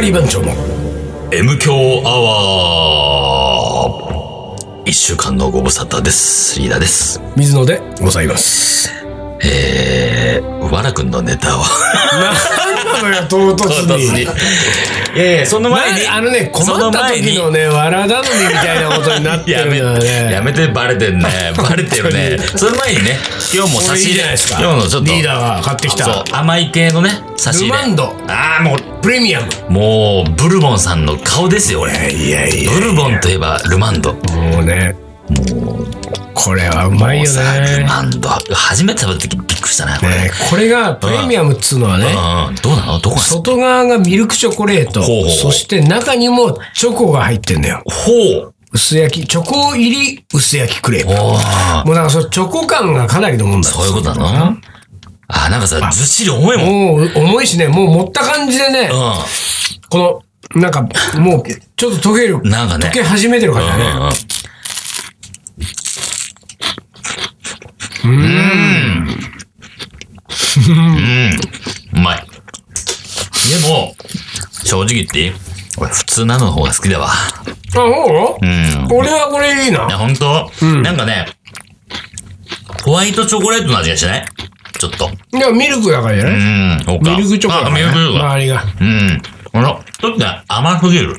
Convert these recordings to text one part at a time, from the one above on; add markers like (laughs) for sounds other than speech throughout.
リー番長の M 強アワー一週間のご無沙汰です。リーダーです。水野でございます。えー、わらくんのネ (laughs) タを。なんなのよ、唐突に。いやいや、その前に。なあのね、困った時のね、わら頼みみたいなことになってやるめのはて、ね。 (laughs) やめて、バレてんね。バレてるね。その前にね、今日も差これし入れ。いいじゃないですか今日のちょっと。リーダーが買ってきたそう、甘い系のね、差し入ルれ。マンド、ああ、もプレミアム。う、もう、ブルボンさんの顔ですよ、俺。いやいブルボンといえば、ルマンド。もうね、これはうまいもうよさルね。マンド。初めて食べた時びっくりしたね、これ。ねこれがプレミアムっつうのはね、うん、どうなのどこなん外側がミルクチョコレート、ほうほうそして中にもチョコが入ってんだよ。ほう。薄焼き、チョコ入り薄焼きクレープ。おーもうなんかそのチョコ感がかなりのもんだそういうことなのあ、なんかさ、ずっしり重いもん。うん。もう重いしね、もう持った感じでね、この、なんかもうちょっと溶ける、なんかね溶け始めてる感じだね。うん。うまい。でも、正直言っていい俺、普通なのの方が好きだわ。あ、ほうん。いう俺はこれいいや、な。ほんと、なんかね、ホワイトチョコレートの味がしないちょっと。いや、ミルクだからじゃうない、ん。そうかミルクチョコだあ、から、ね、ミルクチョコだ。周りが。うん。あの、ちょっとね、甘すぎる。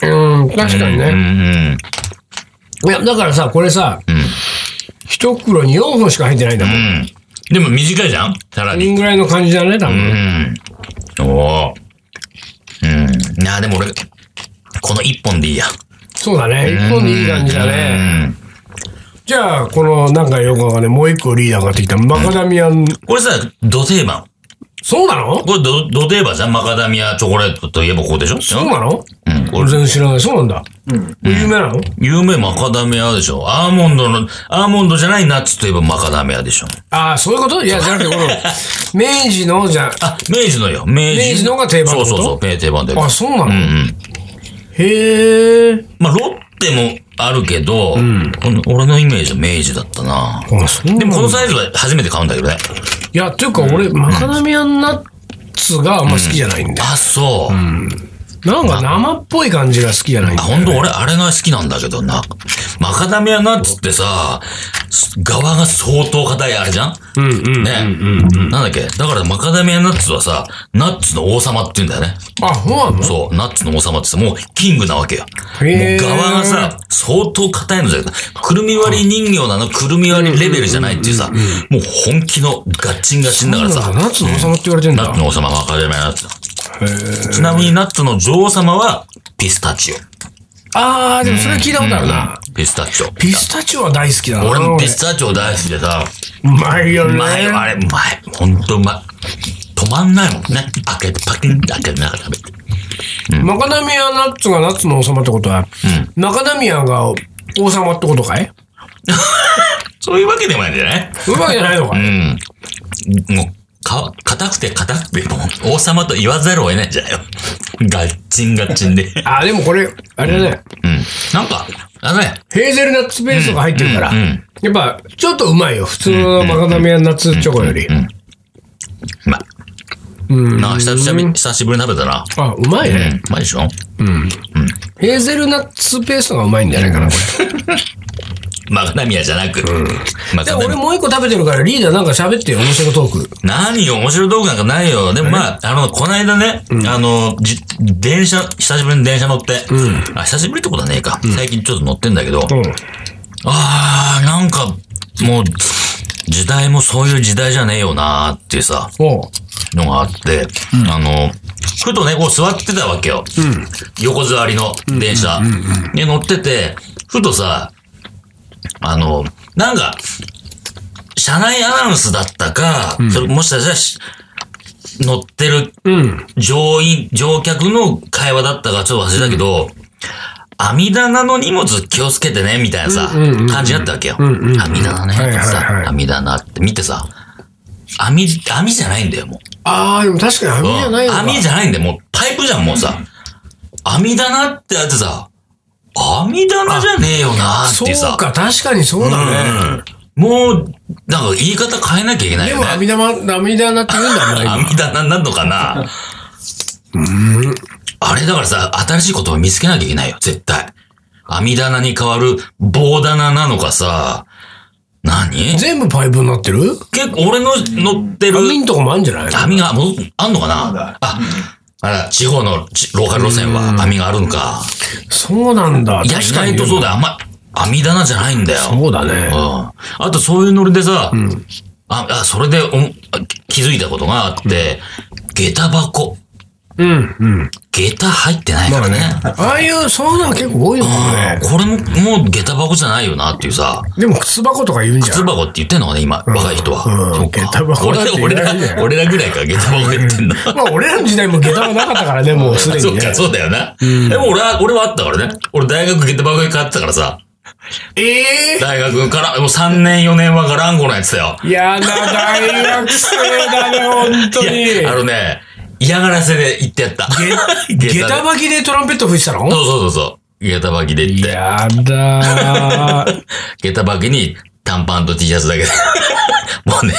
うん、確かにうんね。うん。いや、だからさ、これさ、ん一袋に4本しか入ってないんだも。うんん。でも短いじゃんさらこに。れぐらいの感じだね、多分。うん。おお。うん。なあ、でも俺、この一本でいいや。そうだね。一本でいい感じだね。うん。じゃあ、この、なんかよくわかんない。もう一個リーダーが買ってきた。マカダミアン、これさ、ド定番。そうなのこれド、ド定番じゃんマカダミアチョコレートといえばこうでしょそうなのうん。こ俺れ、全然知らない。そうなんだ。有名なの有名マカダミアでしょアーモンドの、アーモンドじゃないナッツといえばマカダミアでしょああ、そういうこといや、じゃなくて、 (laughs) この、明治の、じゃあ、明治のよ。明治。明治のが定番ってこそうとそうそう。定番だよあ、あ、そうなの、うんうん。へえ。まあ、ロッテもあるけど、この俺のイメージは明治だったな。あ、そうなでもこののサイズは初めて買うんだけどね。いや、というか俺、マカダミアンナッツがあんま好きじゃないんだよ。あ、そう。なんか生っぽい感じが好きじゃないんあ、だよ。本当俺、あれが好きなんだけどな。マカダミアナッツってさ、側が相当硬いあれじゃんうんうん。ね、なんだっけだからマカダミアナッツはさ、ナッツの王様って言うんだよね。あ、そうなのそう、ナッツの王様ってさ、もうキングなわけよ。もへーう側がさ、相当硬いのじゃなくて、くるみ割り人形なの、くるみ割りレベルじゃないっていうさ、もう本気のガッチンガチンだからなんさか、ナッツの王様って言われてんナッだツ。の王様マカダミアナッツ。へーちなみにナッツの女王様は、ピスタチオ。あー、でもそれ聞いたことあるな。ピスタチオ。ピスタチオは大好きだな。俺もピスタチオ大好きでさ、うまいようね。まいよ、あれ、うまい。ほんとうまい。止まんないもんね。開けて、パキンって開けて中食べて。マカダミアナッツがナッツの王様ってことは、マカダミアが王様ってことか (laughs) いそういうわけでもないんだよね。うまいじゃないのかい、うん。もう、か、硬くて硬くて、もう、王様と言わざるを得ないんじゃないよ。ガッチンガッチンで。 (laughs) あ、でもこれ、あれだね、うん。なんか、あのね、ヘーゼルナッツベースが入ってるから、うんうんやっぱ、ちょっとうまいよ。普通のマカダミアナッツチョコより。うまい。うん。なんか久々、久しぶりに食べたな。あ、うまいうん。ね。うまいでしょヘーゼルナッツペーストがうまいんじゃないかな、これ。マカダミアじゃなく。マでカもダ俺ミア。もう一個食べてるから、リーダーなんか喋ってよ、面白トーク。何よ、面白い道具なんかないよ。でもまあ、あの、こないだね、あの、じ、電車、久しぶりに電車乗って、あ、久しぶりってことはねえか。最近ちょっと乗ってんだけど、うん。あー、なんか、もう、時代もそういう時代じゃねえよなーっていうさ、おうのがあって、あの、ふとね、こう座ってたわけよ。横座りの電車。で、乗ってて、ふとさ、あの、なんか、車内アナウンスだったか、それもしかしたらし、乗ってるうん。乗員、乗客の会話だったかちょっと忘れたけど、網棚の荷物気をつけてね、みたいなさ、感じだったわけよ。んうんうん網棚ね、はいはいはいさ、網棚って見てさ、網、網じゃないんだよ、もあー、でも確かう。に網じゃないのか。網じゃないんだよ、もうパイプじゃん、もうさ。網棚ってあってさ、網棚じゃねえよなーっそてさ。うか、確かにそうだね。うんもう、なんか言い方変えなきゃいけないでよも、ね。網玉、網玉って言うんだもんな、今。網棚なんのかなあれだからさ、新しい言葉見つけなきゃいけないよ、絶対。網棚に変わる棒棚なのかさ、何全部パイプになってる結構俺の乗ってる網んとこもあるんじゃないの網がもうあんのかなあ、あら、地方のちローカル路線は網があるんか。そうなんだ。ヤシカヘッドそうだ、あんま、網棚じゃないんだよ。そうだねうん。あとそういうノリでさ、あ、あ、それでおあ気づいたことがあって、下駄箱。うん、うん。下駄入ってないからね。ああいう、そういうのは結構多いもんね。これも、もう下駄箱じゃないよなっていうさ、でも靴箱とか言うんじゃ靴ん。箱って言ってんのかね、今、若い人は。うんそうか下駄箱俺ら、俺って言わないら、ね俺らぐらいから下駄箱言ってんの。まあ俺らの時代も下駄はなかったからね、もうすでそにうねか、。そうだよな。でも俺は、俺はあったからね。俺大学下駄箱に買ってたからさ、ええ大学から、もう3年4年はガランゴのやつだよ。嫌な大学生だね、本当いやあに。のね、嫌がらせで行ってやった。 (laughs) 下下駄履きでトランペット吹いてたのそうそうそうそう。下駄履きで行って。やだー。下駄履きに短パンと T シャツだけで。 (laughs) もうね、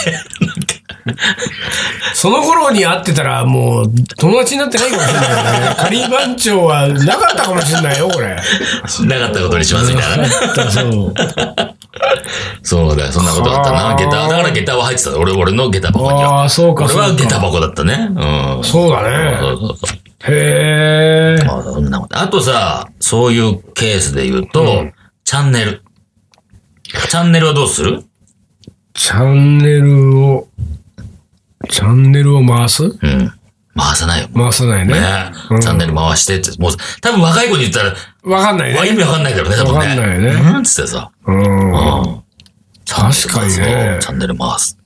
その頃に会ってたら、もう、友達になってないかもしれない (laughs) よね。仮番長はなかったかもしれないよ、これ。なかったことにしますみたいなね。そう。そうだよ、そんなことだったな。下駄、だから下駄は入ってた。俺、俺の下駄箱には。ああ、そうか、俺そはう下駄か。箱だったね。うん。そうだそね。うそうそう。へえ。まあそんなことあとさ、そういうケースで言うと、チャンネル。チャンネルはどうするチャンネルを、チャンネルを回すうん。回さないよ。回さないね。ね、うんチャンネル回してって。もう、多分若い子に言ったら、わかんないわ意ね。味わかんないからね、多分ね。わかんないねうんつってさ。うん。うん。確かにねそうチャンネル回す。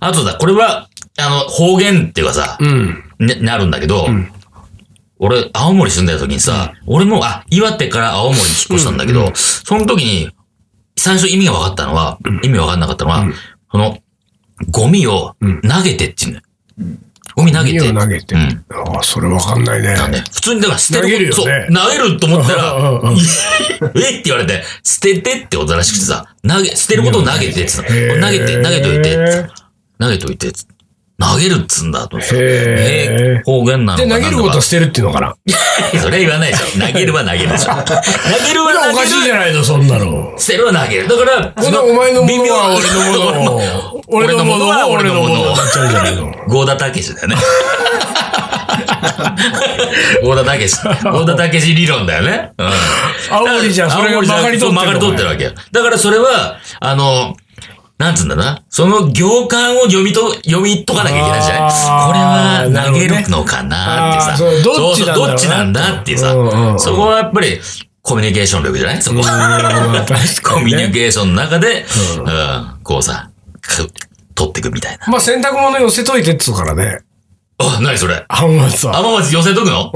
あとだ、これは、あの、方言っていうかさ、うん。ね、なるんだけど、俺、青森住んでた時にさ、俺も、あ、岩手から青森に引っ越したんだけど、その時に、最初意味が分かったのは、意味分かんなかったのは、その、ゴミを投げてって言うんだよ。ゴミ投げて。何を投げて。うんああ、それわかんないね。なんで普通にだから捨てる。投げるよねそう、投げると思った (laughs) うんうんうらん、えって言われて、捨ててってことらしくてさ、投げ、捨てることを投げてってさ、投へーげて、投げといてって、投げといてって、投げるっつうんだと思ってさ、へーえー方言なのかで、投げることはそ捨てるっていうのかな。いれは言わないでしょ。投げるは投げる (laughs) でしょ。投げるはや、おかしい投げじる。ゃないの、そんなの。捨てるは投げる。だから、このお前のものは俺のもの。俺俺ののももののはは俺俺ののももののになっ (laughs) ちゃうんじゃないのゴーダタケシだよね。 (laughs) ゴーダタケシ。ゴーダタケシ理論だよね。うん。青森じゃそれが曲がり通ってるのそう曲がり通ってるわけよ。だからそれは、あの、なんつうんだな。その行間を読みと、読み解かなきゃいけないじゃなあーいこれは投げなるるほどのかなってあさ。ーそうどっちなんだろうなそうそうどっちなんだっていうさ。うんうんうんそこはやっぱりコミュニケーション力じゃないそこは。確コかにミュニね。ケーションの中で、うん、こうさ、か取っていくみたいな。まあ、洗濯物寄せといてっつうからね。あ、なにそれあんまさ。浜松寄せとくの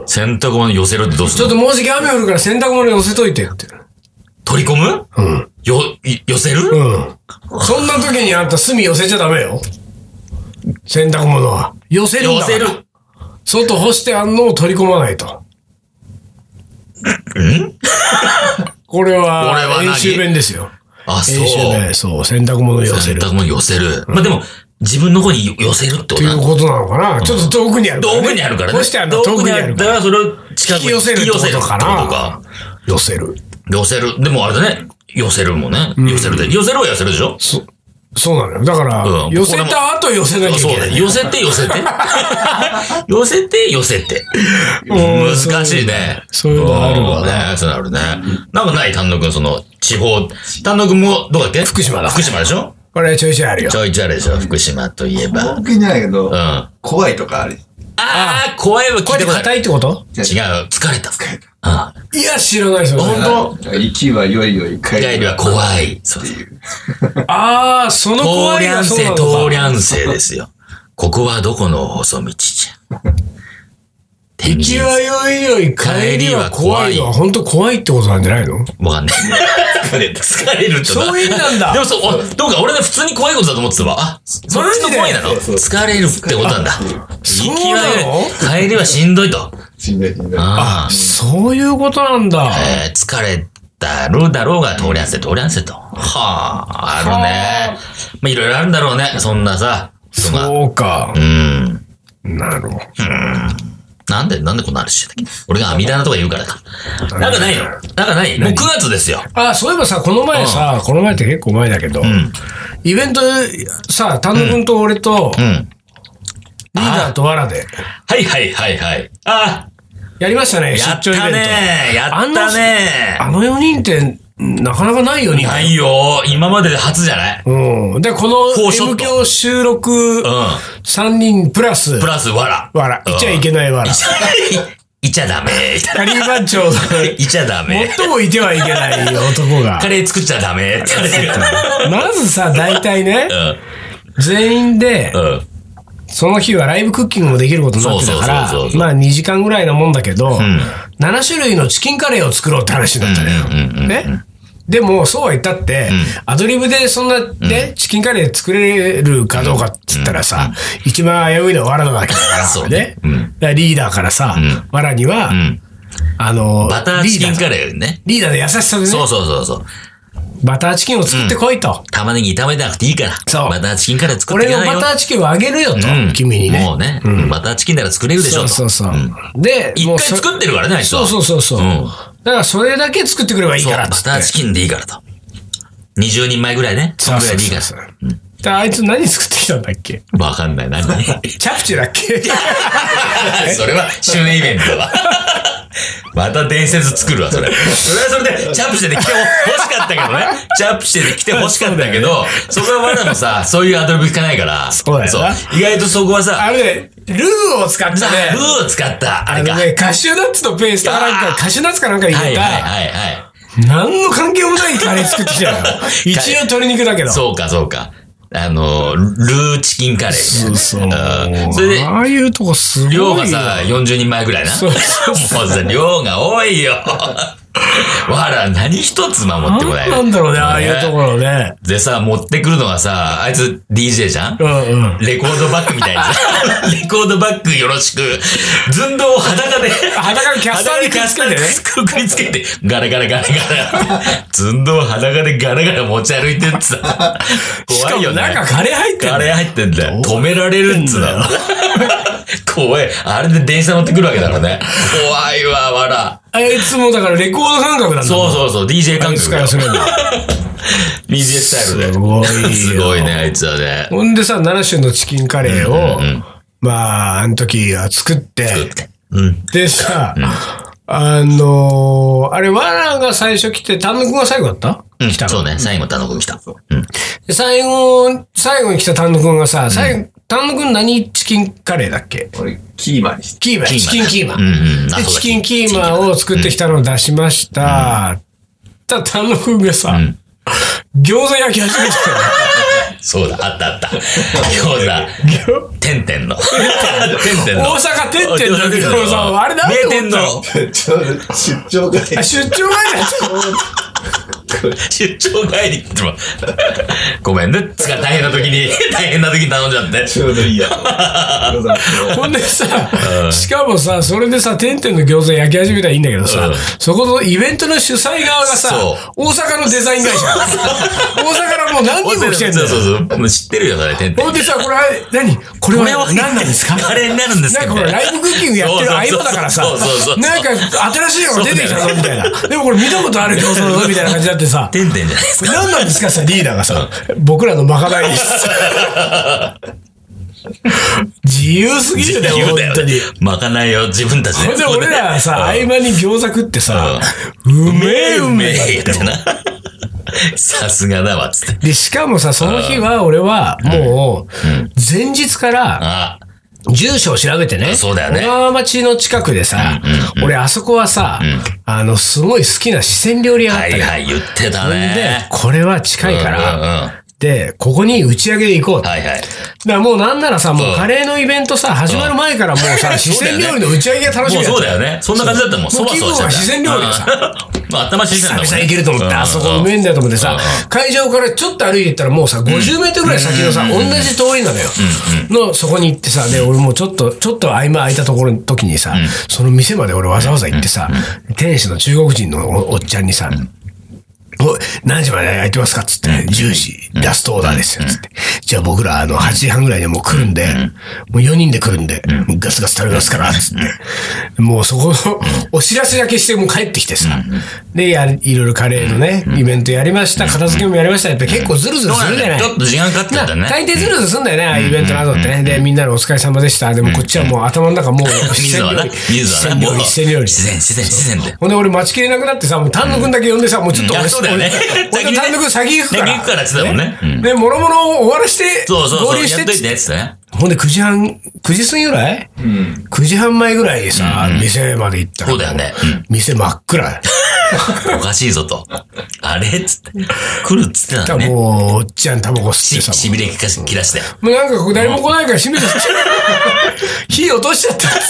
うん。洗濯物寄せるってどうすちるょっのともうじき雨降るから洗濯物寄せといてって。取り込むうん。よ、い寄せる、うん。そんな時にあんた隅寄せちゃダメよ。洗濯物は。寄せるん寄だかせらる。外干してあんのを取り込まないと。これこれはは、何練習弁ですよ。あ、そう練。習弁、そう、洗濯物寄せ洗る。濯物寄せる。まあ、でも、自分の方に寄せるってっこてというだ。ことなのかなちょっと遠くにあるからね。遠くにあるからね。干してあるの遠遠くくににああるるかから。ら、それを近く引き寄せるってことかな引き寄せるってことか寄せる。寄せる。でもあれだね。寄せるもんね。寄せるで。寄せるは寄せるでしょそ、そうなのよ。だから、うん寄せた後寄せなきゃいそうけだなね。い。寄せて、(laughs) 寄せて。寄せて、寄せて。うん難しいね。そういうのあるわね。そういうのあるね。なんかない、丹野くん、その、地方。丹野くんも、どこだっけ福島だ福島でしょこれちょいちょいあるよち。ょいちょいあるでしょ福島といえば。うん。僕じゃないけど、あ怖いとかあれ。あ、怖いはこ聞うやっていたことない。硬いってこと違う、疲れた。疲れた。うん。いや、知らないですよね。本当息はよいよい帰いわゆるは怖い。そうそう。ああ、その通怖りいゃがんそうせ、なの通かりゃんせですよ。ここはどこの細道じゃ。 (laughs) 天行き神はよいよい、帰りは怖いのは本当怖いってことなんじゃないのわかんない。疲れた。疲れるとそういう意味なんだでもそう、おどうか俺ね、普通に怖いことだと思ってたわ。あ、そっちの怖いなのそうそう疲れるってことなんだ。そう行きはよそい帰りはしんどいと。しんどいしんどい。ああそういうことなんだ。えー疲れたるだろうが通り合わせ、通り合わせと。はあ、あるね。まあ、いろいろあるんだろうね。そんなさ、人が。そうかう。ん。なるほど。なんで、なんでこんな話してたっけ俺が網棚とか言うからか。なんかないのなんかないもう9月ですよ。あ、そういえばさ、この前さ、この前って結構前だけど、んイベントでさ、丹野くんと俺と、うリーん。ダーとわらで、はいはいはいはい。あやりましたね、あや出張イっベンたト。ねやったねあの4人って、なかなかないよ、日本ないよ今までで初じゃないうん。で、こフォのーショット M 響収録う3人プラス、ん。プラス、わら。わら、いちゃいけないわらい。ちゃ、いちゃダメ。みたいカリー番長のな最 (laughs) いちゃダメ。もいてはいけない男がカ。レー作っちゃダメ。って言われてるまずさ、大体ね、全員で、うん。うん。その日はライブクッキングもできることになってたかそうそうそうら、そうまあ2時間ぐらいなもんだけど、ん7種類のチキンカレーを作ろうって話になったのよ。うんうんうんねでも、そうは言ったって、アドリブでそんなね、チキンカレー作れるかどうかって言ったらさ、一番危ういのはわらなわけだから、そうねねうんだからリーダーからさ、んわらには、んあの、バターチキンリーダーカレーね。リーダーの優しさでねそうそうそうそう。バターチキンを作ってこいと。玉ねぎ炒めなくていいから。そうバターチキンカレー作って俺いかのないよ。バターチキンをあげるよと、うん君にね。もうね、バターチキンなら作れるでしそょうと。そうそう。んで、一もう回そ作ってるからね、あいつそはうそうそうそう。うんだからそれだけ作ってくればいいそうからっバつって。ターチキンでいいからと。20人前ぐらいね。そそんうぐらそいうでいいかそうらそう。であいつ何作ってきたんだっけわかんない、 (laughs) 何チャプチェだっ (laughs) けそれは、周年イベントだわ。また伝説作るわ、それ。それはそれで、チャプチェで来てほしかったけどね。チャプチェで来てほしかったけど、そこはまだもさ、そういうアドリブ聞かないから。そうだよなそう意外とそこはさ、あれね、ルーを使ってね、ルーを使った、ああれのか。ね、カシューナッツのペーストかなんあか、カシューナッツかなんかは入れいた、はいはいは何の関係もないカレー作ってき (laughs) たよ。一応鶏肉だけど。い。そうかそうか。あの、ルーチキンカレーみたいな。んそれで、ああいうとこすごいよ。量がさ、40人前ぐらいな。そうそうもうさ、量が多 (laughs) いよ。わら、何一つ守ってこな何い。なんだろうね、ああいうところね。でさ、持ってくるのがさ、あいつ DJ じゃんうんうん。レコードバッグ (laughs) みたいなさ。レコードバッグよろしく。寸胴を裸で。裸にキャスターにくっつけてね裸にキャスターにくっつけて、ガラガラガラガラ。寸胴を裸でガラガラ持ち歩いてってさ。怖いよね。 (laughs) しかも中カレー入ってんだよカレー入ってんだよ。止められるっつうの。 (laughs) 怖い。あれで電車乗ってくるわけだからね。怖いわ、わら。あいつもだからレコード感覚なんだそうそうそう、DJ う感です覚かだらよ。すれば。 DJ スタイルだよ。すごいよすごいね、あいつはね。 (laughs) ほんでさ、7種のチキンカレーを、うんうんうんまあ、あの時は作って、うん。でさ、あのーあれ、ワラが最初来て、丹野くんが最後だった、うん来たのそうね、最後、田野君来た。うん。で最後、最後に来た丹野くんがさ、最後、丹野くん何チキンカレーだっけ俺、キーマンにして。キーマン、キーマンチキンキーマン。うんうんあで、そうだチキンキーマンを作ってきたのを出しました。ただ、丹野くんがさ、ん餃子焼き始めてたよ。 (laughs) そうだ、あったあった。餃子、天天の。 (laughs) 天天大の。阪てってんだけどさ、あれなんで名店のちょうど出張があ出張前だ出張帰りって言っても、ごめんね、つか大変な時に、大変な時に頼んじゃって。ちょうどいいやつ。ほんでさ、しかもさ、それでさ、てんてんの餃子焼き始めたらいいんだけどさ、うんそこのイベントの主催側がさそう、大阪のデザイン会社。大阪からもう何人も来てんだそよ。うそうそう。もう知ってるよ、それ、天天ほん。でさ、これは、何これこはれは何なんですかカレーになるんですなかんかほら、ライブクッキングやってる合間だからさそうそうそうそ、うなんか新しいのが出てきたぞ、みたいな。でもこれ見たことある餃子だぞ、みたいな感じになって (laughs) さ、天天じゃないですか。何なんですかさ、リーダーがさ、僕らのまかない (laughs) です。自由すぎるね、自由本だよ当に。まかないよ、自分たちほんで俺らはさ、合うん間に餃子食ってさ、うめえううめめええっってて。な。さすがだわ、つって。で、しかもさ、その日は俺はもう、前日から、あ、住所を調べてね。そうだよね小川町の近くでさ、俺あそこはさ、あの、すごい好きな四川料理屋だっはたいのはい、言ってたでね、。これは近いかうんうんうんら、で、ここに打ち上げで行こうと。はいはい。だからもうなんならさ、もううんカレーのイベントさ、始まる前からもうさ、四そう川だよね料理の打ち上げが楽しもみうだっそうただよね。そんな感じだったもん。そわそわしてもた。う気分は自然料理でさ。まあ、頭してたんだもん久ね。々行けると思って、あそこうめえんだよと思ってさう、会場からちょっと歩いてったらもうさ、50メートルぐらい先のさ、同じ通りなのよ。の、そこに行ってさ、で、俺もうちょっと、ちょっと合間空いたところの時にさ、その店まで俺わざわざ行ってさ、店主の中国人のおおっちゃんにさ、お何時まで空いてますかっつって、10時、ラストオーダーですよ、つって。じゃあ僕ら、あの、8時半ぐらいにはもう来るんで、もう4人で来るんで、もうガスガス食べますから、つって。もうそこの、お知らせだけしてもう帰ってきてさ。で、やる、いろいろカレーのね、イベントやりました、片付けもやりました、やっぱ結構ズルズルするじゃないちょっと時間かかってたね。大抵ズルズルすんだよね、ああいうイベントなどってね。で、みんなでお疲れ様でした。でもこっちはもう頭の中もう、水はな、水はな、もう、一自斉に料理。然、自然、自然で。ほんで俺待ちきれなくなってさ、もう丹野くんだけ呼んでさ、もうちょっとい俺、やそうだよね (laughs) 俺俺丹野くん先行くから。先行くからっつってたもんねうんで、もろもろ終わらして、そうそう合そう、流しやてっといて、つってね。ほんで9時半、9時過ぎぐらい、う ?9 時半前ぐらいにさ、店まで行ったらそうだよね。店真っ (laughs) 暗。うんおかしいぞと。あれっつって。来るっつってだたのからね。もう、おっちゃんタバコ吸ってし、さ、しびれ切らし切らして。もうなんかここ誰も来ないから閉め (laughs) てきちゃう (laughs) 火落としちゃったっつって。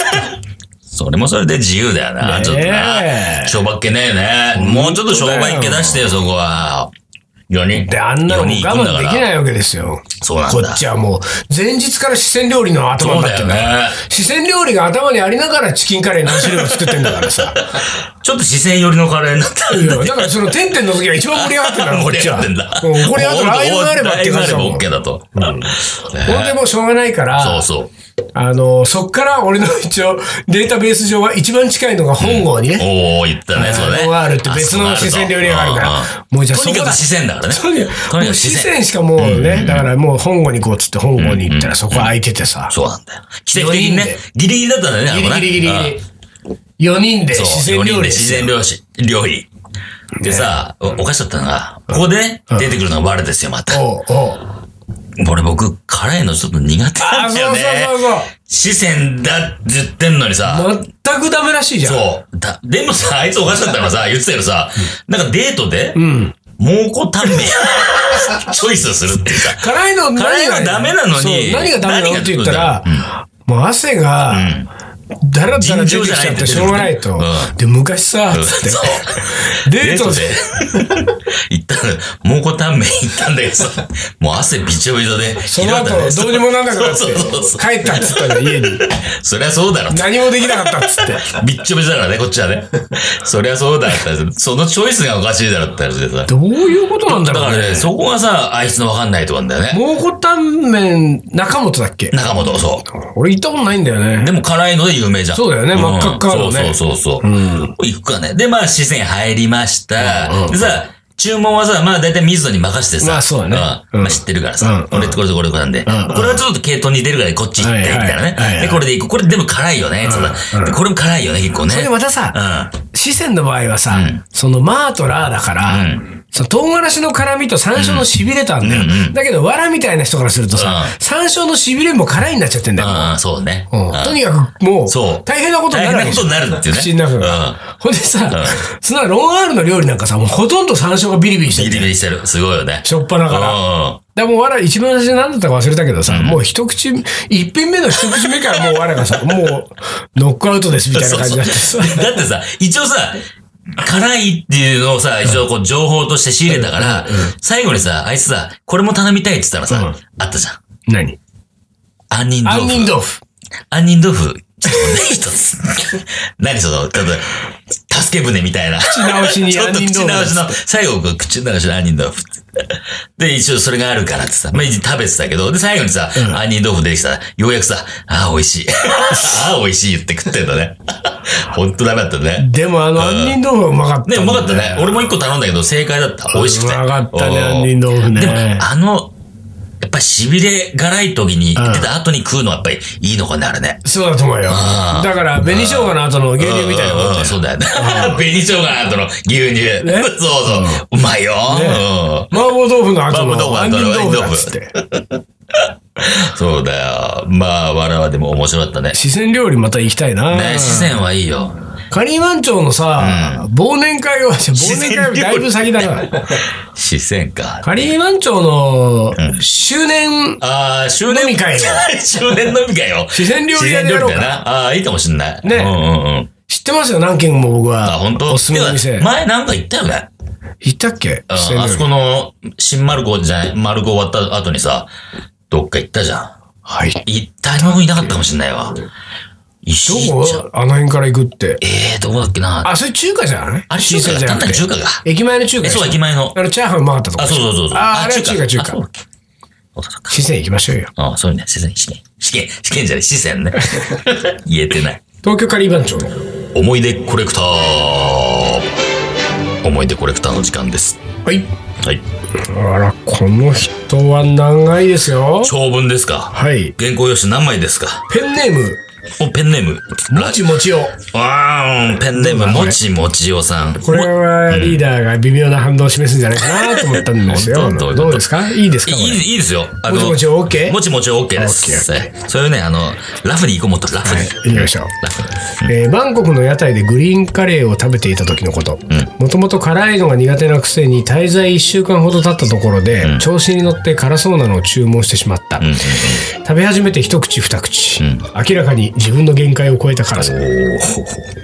それもそれで自由だよねな、えちょっとな。商売っ気ねえね。もうちょっと商売っ気出してよ、そこは。4人。で、あんなの4も人行我くんだ慢かでらきないわけですよ。そうなんこだっちはもう、前日から四川料理の頭になってんだそうだよね四川料理が頭にありながらチキンカレー何種類も作ってんだからさ。ちょっと視線寄りのカレーになったいんやだねだからその、てんてんの時が一番盛り上がってんだから、こ (laughs) 盛っりち上は。がってんだ。うん盛り上がってる、ああいうのがあればっていう感じだもん。オールドオールドああいうのがあれば OK だと。ねほんでもうしょうがないから、そうそう。あの、そっから俺の一応、データベース上は一番近いのが本郷にね、おー、言ったね、そうね。あるって別の四川料理屋があるからももううじじゃゃあとにそこかだく四川だからね。そうねとにもかうく四四川。川しかもうね、だからもう本郷に行こうっつって本郷に行ったらそこ空いててさ、そうなんだよ。奇跡的に四ね人で、ギリギリだったんだよね、あれもギねリギリギリうんギリ。4人でそう、自然四料人理で自然料理。料理。でさ、おおかしかったのが、ここでね出てくるのが我ですよ、また。おうおう俺僕、辛いのちょっと苦手あなあ、んそだようそうそうね。四川だって言ってんのにさ。そう。全くダメらしいじゃん。そう。だ、でもさ、あいつおかしかったのがさ、言ってたけどさ、なんかデートで、蒙古タンメン、 (laughs) チョイスするっていうさ。辛いの何辛いのダメなのにそう何がダメなのって言ったら、もう汗が、だらだら出てきちゃってしょうがないと。尋常じゃないってで、昔さ、つって、そう。デートで、行ったの、蒙古タンメン行ったんだけどさ、もう汗びちょびちょで、その後どうにもなんなくなってそうそうそうそう、帰ったっつったの家に。そりゃそうだろ。何もできなかったっつって。びっちょびちょだからね、こっちはね。そりゃそうだった。そのチョイスがおかしいだろって話でさ。どういうことなんだだろうからねね、。そこがさ、あいつのわかんないとこなんだよね。蒙古タンメン中本だっけ中本、そう。俺行ったことないんだよね。でも辛いので有名じゃん。そうだよね真っ赤っかのねそうそうそうそう。行くかね。で、まあ、四川入りました。でさ、注文はさ、まあ大体水野に任せてさ。まあそうだねうんんまあ知ってるからうんさ。これとこれとこれとこれなんで。これはちょっと系統似てるからこっち行って、みたいなはいはいはいはね。いで、これで行く。これでも辛いよね。そうだでこれも辛いよね、結構ね。それでまたさ、うん。四川の場合はさ、そのマーとラーだから、うんその唐辛子の辛みと山椒の痺れたんだよ。だけど、藁みたいな人からするとさ、う山椒の痺れも辛いになっちゃってんだよ。ああ、そうね。うんうんとにかく、もうそう、大変なことになるわけじゃん大変なことになるっていうね口の中うんが。ほんでさ、そんなロンアールの料理なんかさ、もうほとんど山椒がビリビリしてビる。リビリしてる。すごいよね。しょっぱなから。うん。でもう、わら、一番最初何だったか忘れたけどさ、もう一口、一品目の一口目からもうわらがさ、もう、ノックアウトですみたいな感じになってさ。そうそうだってさ、一応さ、辛いっていうのをさ、一応こう情報として仕入れたから、最後にさ、あいつさ、これも頼みたいって言ったらさ、あったじゃん。 (laughs) 何杏仁豆杏仁腐。豆腐。杏仁豆腐。ちょっとね、一つ。 (laughs) 何その、たぶ助け舟みたいな。口直しに (laughs) ちょっと杏仁口豆直腐しの、最後、口直しの杏仁豆腐。で、一応それがあるからってさ、まあ、一応食べてたけど、で、最後にさ、杏仁豆腐出てきたら、ようやくさ、ああ、美味しい。 (laughs) ああ、美味しい言って食ってんだね。 (laughs) ほんとダメだったね。でもあの、杏仁豆腐はうまかったんだね、よ。うまかったね。俺も一個頼んだけど、正解だった。美味しくて。うまかったね、うん杏仁豆腐ね。でも、あの、やっぱ痺れ辛い時に、ん出た後に食うのはやっぱりいいのかな、あれね。そうだと思うよ。あーだから、紅生姜の後の牛乳みたいなもんだうんよ。そうだよね。紅生姜の後の牛乳。ねそうそう。うまいよ。うん麻婆豆腐の後の麻婆杏豆仁腐の後の豆腐だっつって。そうだよ。まあ、わらわでも面白かったね。四川料理また行きたいな。ね、四川はいいよ。カニ湾町のさ、忘年会は、忘年会はだいぶ先だ (laughs) な。四川か。カニ湾町の周年ああ、周年飲み会よ。 (laughs) 周年飲み会よ。四川料理屋でやろうか四川料理だな。ああー、いいかもしんない。ねうんうんうん。知ってますよ、何軒も僕は。あ、本当おすすめのて店か。前なんか行ったよね。行ったっけあ四川料あ理そこの、新丸子じゃない、丸子終わった後にさ、どっか行ったじゃん。はい。い、大丸君いなかったかもしんないわ。石井どこちゃん。あの辺から行くって。えー、どこだっけな。あ、それ中華じゃないあれ新中華だ鮮じゃなくて単なる中華か駅前の中華えでしょそう、駅前の。あの、チャーハンうまかったとこあ、そうそうそうそう。あ、あれは中華、中あそ華うだ。っけそうかそうか四川行きましょうよ。あそうね。四川、四川。四川、四川じゃない、四 (laughs) 川ね。言えてない。東京カリー番長の。思い出コレクター。思い出コレクターの時間です。はい。はい。あら、この人は長いですよ。長文ですかはい。原稿用紙何枚ですかペンネーム、お、ペンネーム。もちもちを。わーん、ペンネーム、もちもちおさん。これはリーダーが微妙な反応を示すんじゃないかなと思ったんですよ。本当本当どうですかいいですいかこれいいいですよ。あもちもちは OK？もちもちは OK です。はいそういうね、あの、ラフに行こうもっと、ラフに。行きましょうラフに。えーバンコクの屋台でグリーンカレーを食べていた時のこともともと辛いのが苦手なくせに滞在1週間ほど経ったところで、調子に乗って辛そうなのを注文してしまった、うん食べ始めて一口二口、ん明らかに自分の限界を超えた辛さうん。おー。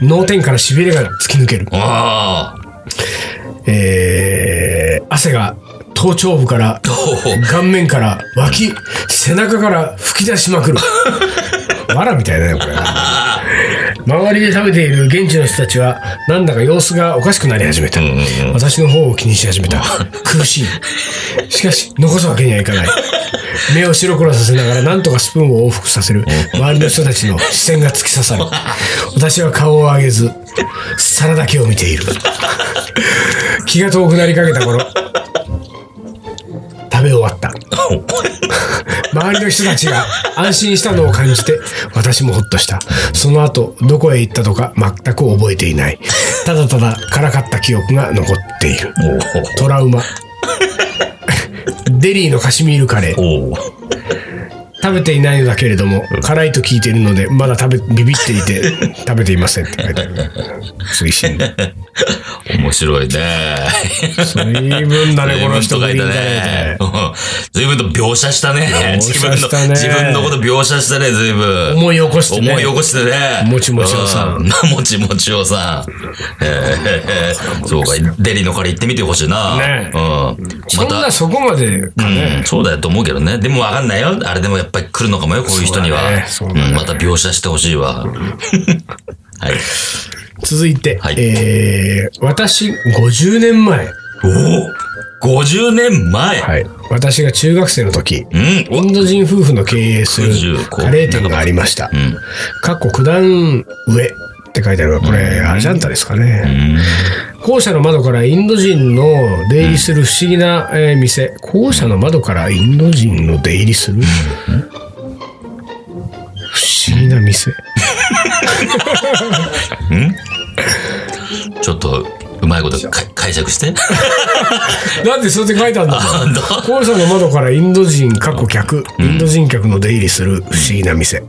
脳天からしびれが突き抜ける、ああ。えー汗が頭頂部からおー顔面から脇背中から吹き出しまくるわらみたいだねこれ周りで食べている現地の人たちはなんだか様子がおかしくなり始めた、うんうんうん私の方を気にし始めた苦しいしかし残すわけにはいかない目を白黒させながら何とかスプーンを往復させる周りの人たちの視線が突き刺さる私は顔を上げず皿だけを見ている気が遠くなりかけた頃食べ終わった (laughs) 周りの人たちが安心したのを感じて、私もほっとした。その後、どこへ行ったとか全く覚えていない。ただただ辛かった記憶が残っている。おートラウマ。デリーのカシミールカレー。おー食べていないのだけれども、辛いと聞いているので、まだ食べ、ビビっていて、食べていませんって書いてある。次死ぬ。面白いね。随分だね、この人随グリーンカレ分と書いたーで。ねうん随分と描写したね。描写自分のしたね、自分のこと描写したね、随分。思い起こしてね思い起こしてね。もちもちおさんう。もちもちおさん。えーそうか、デリのカレー行ってみてほしいな。ねうん。そまんなた。そこまでかうねん、。そうだよと思うけどね。でもわかんないよ。あれでもやっぱり来るのかもよ、こういう人には。そうだねそうだねうんまた描写してほし (laughs) いわ。はい。続いて、はいえー私50年前、おお !50 年前、私が中学生の時、うんインド人夫婦の経営する95カレー店がありました。んかっこ九段上って書いてあるが、これ、アジャンタですかね。うん校舎の窓からインド人の出入りする不思議な、えー店。校舎の窓からインド人の出入りする、不思議な店。ちょっと、うまいことか解釈して。なんでそうやって書いてあるんだろうあんだ校舎の窓からインド人過去客、インド人客の出入りする不思議な店。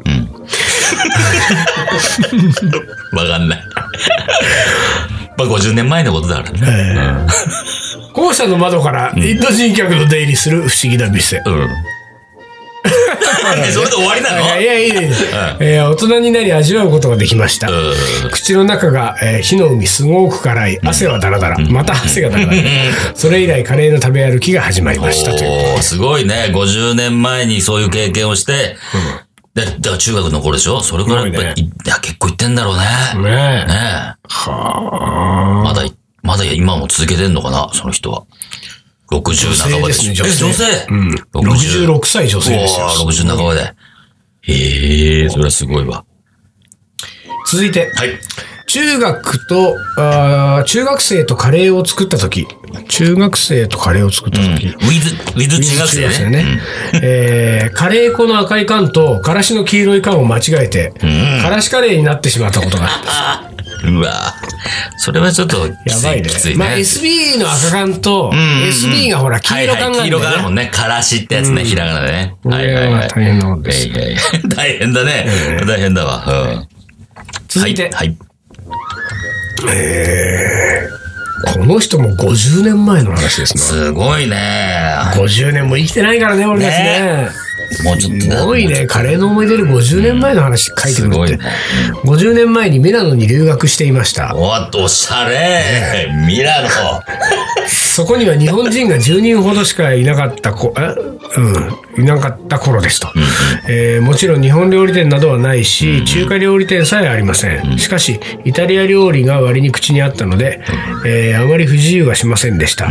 わかんない。まあ50年前のことだからね。校舎の窓からインド人客の出入りする不思議な店。うん。 (laughs) それで終わりなのいやいやいやいや、えー大人になり味わうことができました。う口の中が、えー火の海すごく辛い汗はダラダラまた汗がダラダラそれ以来カレーの食べ歩きが始まりましたという。ん。おーすごいね。50年前にそういう経験をして、だだから中学の頃でしょそれからやっすぱり、ごいや結構行ってんだろうね。ねねえ。え。はまだ、まだ今も続けてんのかなその人は。60半ばでしょ。女性ですね女性え、女性、 66歳女性ですよ。おー60半ばで。へえ、それはすごいわ。続いて、はい。中学と、あー中学生とカレーを作った時中学生とカレーを作ったウ時ィズ、ウィズ中学生ね。ね。えーカレー粉の赤い缶と、からしの黄色い缶を間違えて、からしカレーになってしまったこと (laughs) が。うわそれはちょっときやつばいい、ねきついね。。まあ SB の赤缶と、うんうん SB がほら、黄色はい缶はいがあ黄る色んだがあるよもね。んね。からしってやつね、ひらがなでね。これは大変なことではすい。はいはい (laughs) 大変だね。大変だわ。うん続いて、はい。はいこの人も50年前の話ですね。すごいね。 50年も生きてないからね、俺たちね。もうちょっとすごいね。カレーの思い出で50年前の話書いてすくごるいっねて。。50年前にミラノに留学していました。おっと、おしゃれミラノ。そこには日本人が10人ほどしかいなかったこ、え (laughs) うん、いなかった頃ですと、えーもちろん日本料理店などはないし、中華料理店さえありません。しかし、イタリア料理が割に口にあったので、えーあまり不自由はしませんでした。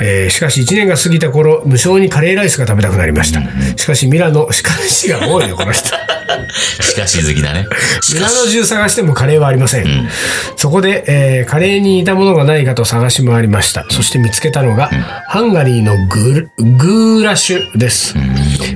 えーしかし、1年が過ぎた頃、無性にカレーライスが食べたくなりました。しかし、ミラノ、しかしが多いよ、この人。しかし好きだね。しミかラノし。中探してもカレーはありません。そこで、えーカレーに似たものがないかと探し回りました。そして見つけたのが、ハンガリーのグーグーラシュです。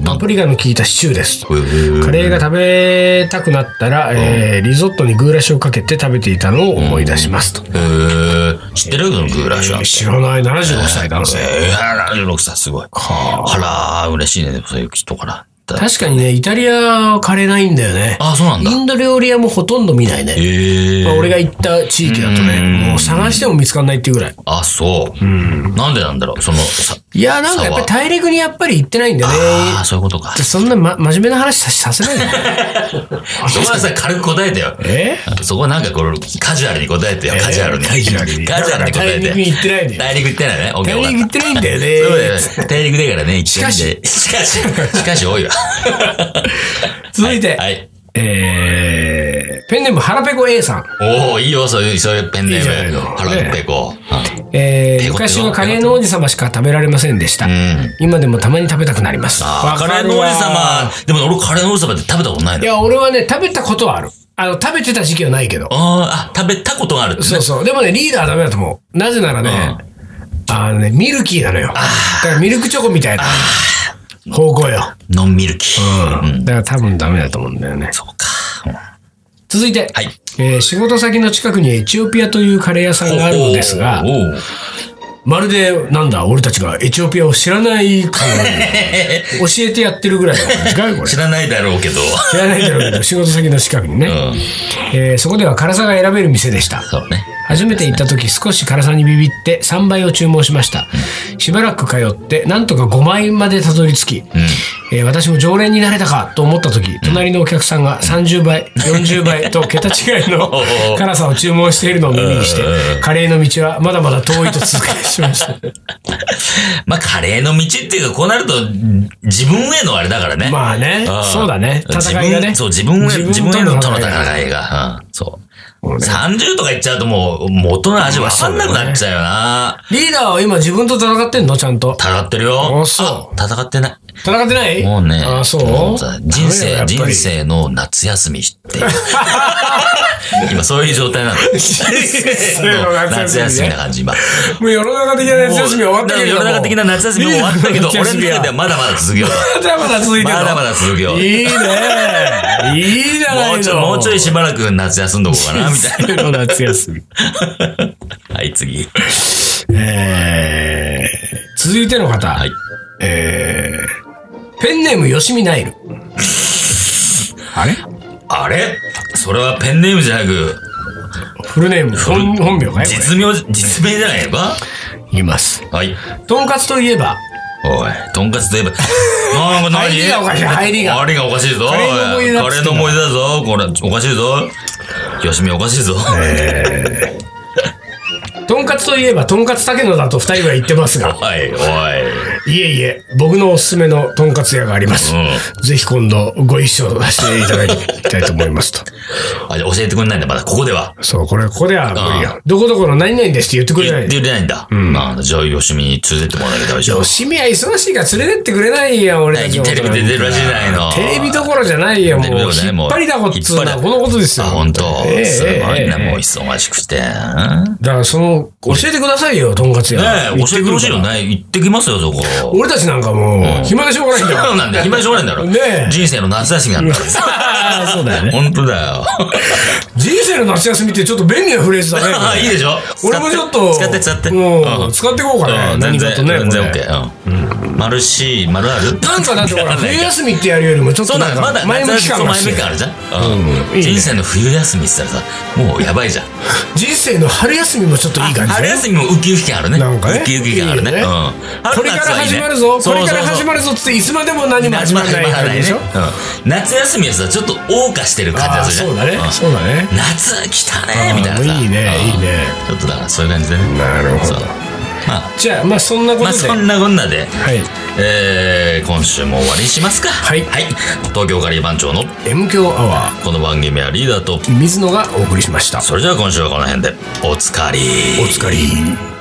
パプリカの効いたシチューです。へーカレーが食べたくなったら、えーリゾットにグーラシュをかけて食べていたのを思い出しますと。へー知ってるそのグーラッシュなんて。知らない75歳男性。えー、76歳すごい。あらー、嬉しいね。でもそういう人から。確かにね、イタリアはカレーないんだよね。あ、そうなんだ。インド料理屋もほとんど見ないね。ええまあ、俺が行った地域だとね、もう探しても見つかんないっていうぐらい。あ、そう。なんでなんだろう。その、さ、いや、なんかやっぱり大陸にやっぱり行ってないんだよあねあ、。そういうことか。そんな、ま、真面目な話ささせないで (laughs) そこはさ、軽く答えてよ。えそこはなんかこれ、カジュアルに答えてよ。カジュアルに。カジュアルにカジュアルに答大えて。陸に行ってないんだよ大陸行ってないね。オッケー大陸行ってないんだよそうだよね。ね大陸だからね、行ってないんで。しかし、しかし多いわ。 (laughs) 続いて、はい。えー、ペンネーム腹ペコ A さん。おおいいよ、そういう、そういうペンネいいじゃないーム。の腹ペコ。えー、ペコペコ昔はカレーの王子様しか食べられませんでした。ん今でもたまに食べたくなります。あーカレーの王子様。でも俺カレーの王子様って食べたことないいの。や、俺はね、食べたことはある。あの、食べてた時期はないけど。あーあ、食べたことがあるってねそうそう。でもね、リーダーはダメだと思う。なぜならね、あのね、ミルキーなのよ。だからミルクチョコみたいな方向よ。ノンミルキー。うん。だから多分ダメだと思うんだよね。そうか。続いて、はいえー仕事先の近くにエチオピアというカレー屋さんがあるのですがお、ーまるで、なんだ、俺たちがエチオピアを知らないかのように (laughs) 教えてやってるぐらいだから違うこれ。知らないだろうけど。 (laughs) 知らないだろうけど、仕事先の近くにね。うん。えーそこでは辛さが選べる店でした。そうね。初めて行った時少し辛さにビビって3倍を注文しました。しばらく通ってなんとか5枚までたどり着き、えー私も常連になれたかと思った時、隣のお客さんが30倍、40倍と桁違い (laughs) の辛さを注文しているのを耳にして、カレーの道はまだまだ遠いと続けてしまいました。まあ、カレーの道っていうか、こうなると、自分へのあれだからね。まあねん、そうだね。戦いがね。自分そう、自分へ、自分へのとのいが戦いが。うん。そう。もうね30とか言っちゃうともう、もう大人の味わかんなくなっちゃうよな。 (laughs) リーダーは今自分と戦ってんのちゃんと。戦ってるよ。あそうあ戦ってない。戦ってないもうね。あ、そうもうさダ人メだ生、よやっぱ人り生の夏休みっていう。 (laughs) 今そういう状態なの。人生の夏休みね夏休みな感じ、今。もう世の中的な夏休みは終わったけれども。世の中的な夏休みも終わったけど、いい俺よの中ではまだまだ続けようと。まだまだ続いてるまのだまだ続けよう。いいね。いいじゃないの。もうちょい、もうち (laughs) ょいしばらく夏休んどこうかな、みたいいな。夏休み。な。 (laughs) はい、次。えー、続いての方。はい。 (laughs) えー、ペンネームよしみナイル。あれあれそれはペンネームじゃなく、フルネーム、本本名かいこ実名、実名じゃないかれいます。はい。とんかつといえば、 (laughs) おい、とんかつといえば、なんか何入りがおかしい入りが入りがおかしいぞ。カレーの思い出だっカレつっーてのんだ思い出だぞ。これ、おかしいぞ。よしみおかしいぞ。とんかつといえば、とんかつたけのだと二人は言ってます (laughs) が、おい、おい。いえいえ、僕のおすすめのとんかつ屋があります。うぜひ今度ご一緒させていただきたいと思いますと。あ、じゃあ教えてくんないんだ、まだ、ここでは。そう、これ、ここでは無理あよ。どこどこの何々ですって言ってくれな言ってい。くれないんだ。まあ、じゃあ、よしみに連れてってもらわなきゃダメじゃんよ。しみは忙しいから連れてってくれないやん、俺たちのことテレビ出てるらしいじゃないのテレビどころじゃないよ、もう。テレビどころじゃない引もうっ張りだこっつうの引っ張はりこのことですあ、よ。本当ええすごいええな、もえうえ忙しくて。ねだから、その、教えてくださいよ、とんかつ屋。え、行教えってくるかくらほしいよね。行ってきますよ、そこ。そ俺たちなんかもう、暇でしょうがないんだうよ。 (laughs) なんだよ。暇でしょうがないんだねえろ。人生の夏休みなんだから。そうだよ (laughs) ね。本当だよ。人生の夏休みってちょっと便利なフレーズだねこあれ。 (laughs) いいでしょ俺もちょっと使って使って。もううん使っていこうかうね。ん何全かと然、ね。全然これ OK。うん。丸し、丸あるなんかだって (laughs) ほら、やらない冬休みってやるよりもちょっそとうななんんだ、まかだ前夏向き休感みそうが前して向るき感あるじゃんうんいうん。いね人生の冬休みって言ったらさ、もうやばいじゃん。人生の春休みもちょっといい感じね春休みもウキウキ感あるね。なんかねウキウキ感あるね。いいよねうん。これから始まるぞ、これから始まる。るぞっつっていつまでも何も始始ままららなないい感じでねしょ。うん夏休みはさ、ちょっと謳歌してる感じあがあするそうじだゃん。ねうんそうだね夏来たねみたいなさ。あーいいねういんいね。ちょっとだからそういう感じでね。なるほどそうまあ、じゃあ、まあそんなこまあとで。そんなこんなで、はい。えー、今週も終わりにしますか。はいはい。東京カリー番長の M 強アワこの番組はリーダーと、ー、水野がお送りしました。それじゃあ今週はこの辺で、おつかり。お疲れ。